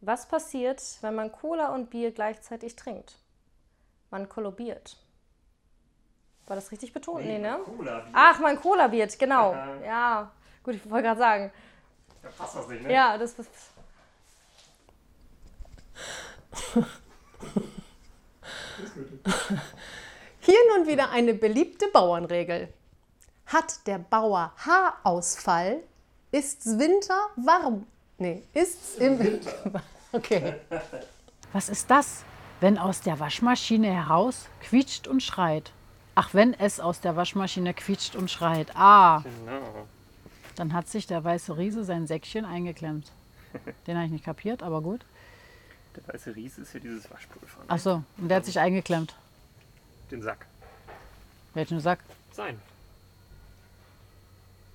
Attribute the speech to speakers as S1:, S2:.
S1: Was passiert, wenn man Cola und Bier gleichzeitig trinkt? Man kollabiert. War das richtig betont? Nee, ne?
S2: Cola, wie?
S1: Ach, man kollabiert, genau.
S2: Ja.
S1: Ja, gut, ich wollte gerade sagen.
S2: Da passt das nicht, ne?
S1: Ja, das ist.
S3: Hier nun wieder eine beliebte Bauernregel. Hat der Bauer Haarausfall, ist's Winter warm. Nee, ist's im Winter. Okay.
S4: Was ist das, wenn aus der Waschmaschine heraus quietscht und schreit? Ach, wenn es aus der Waschmaschine quietscht und schreit. Ah,
S2: Genau.
S4: dann hat sich der weiße Riese sein Säckchen eingeklemmt. Den habe ich nicht kapiert, aber gut.
S2: Der weiße Ries ist hier dieses
S1: Ah.
S2: Waschpulver.
S4: Ach so, und der hat sich eingeklemmt.
S2: Den Sack.
S4: Welchen Sack?
S2: Sein.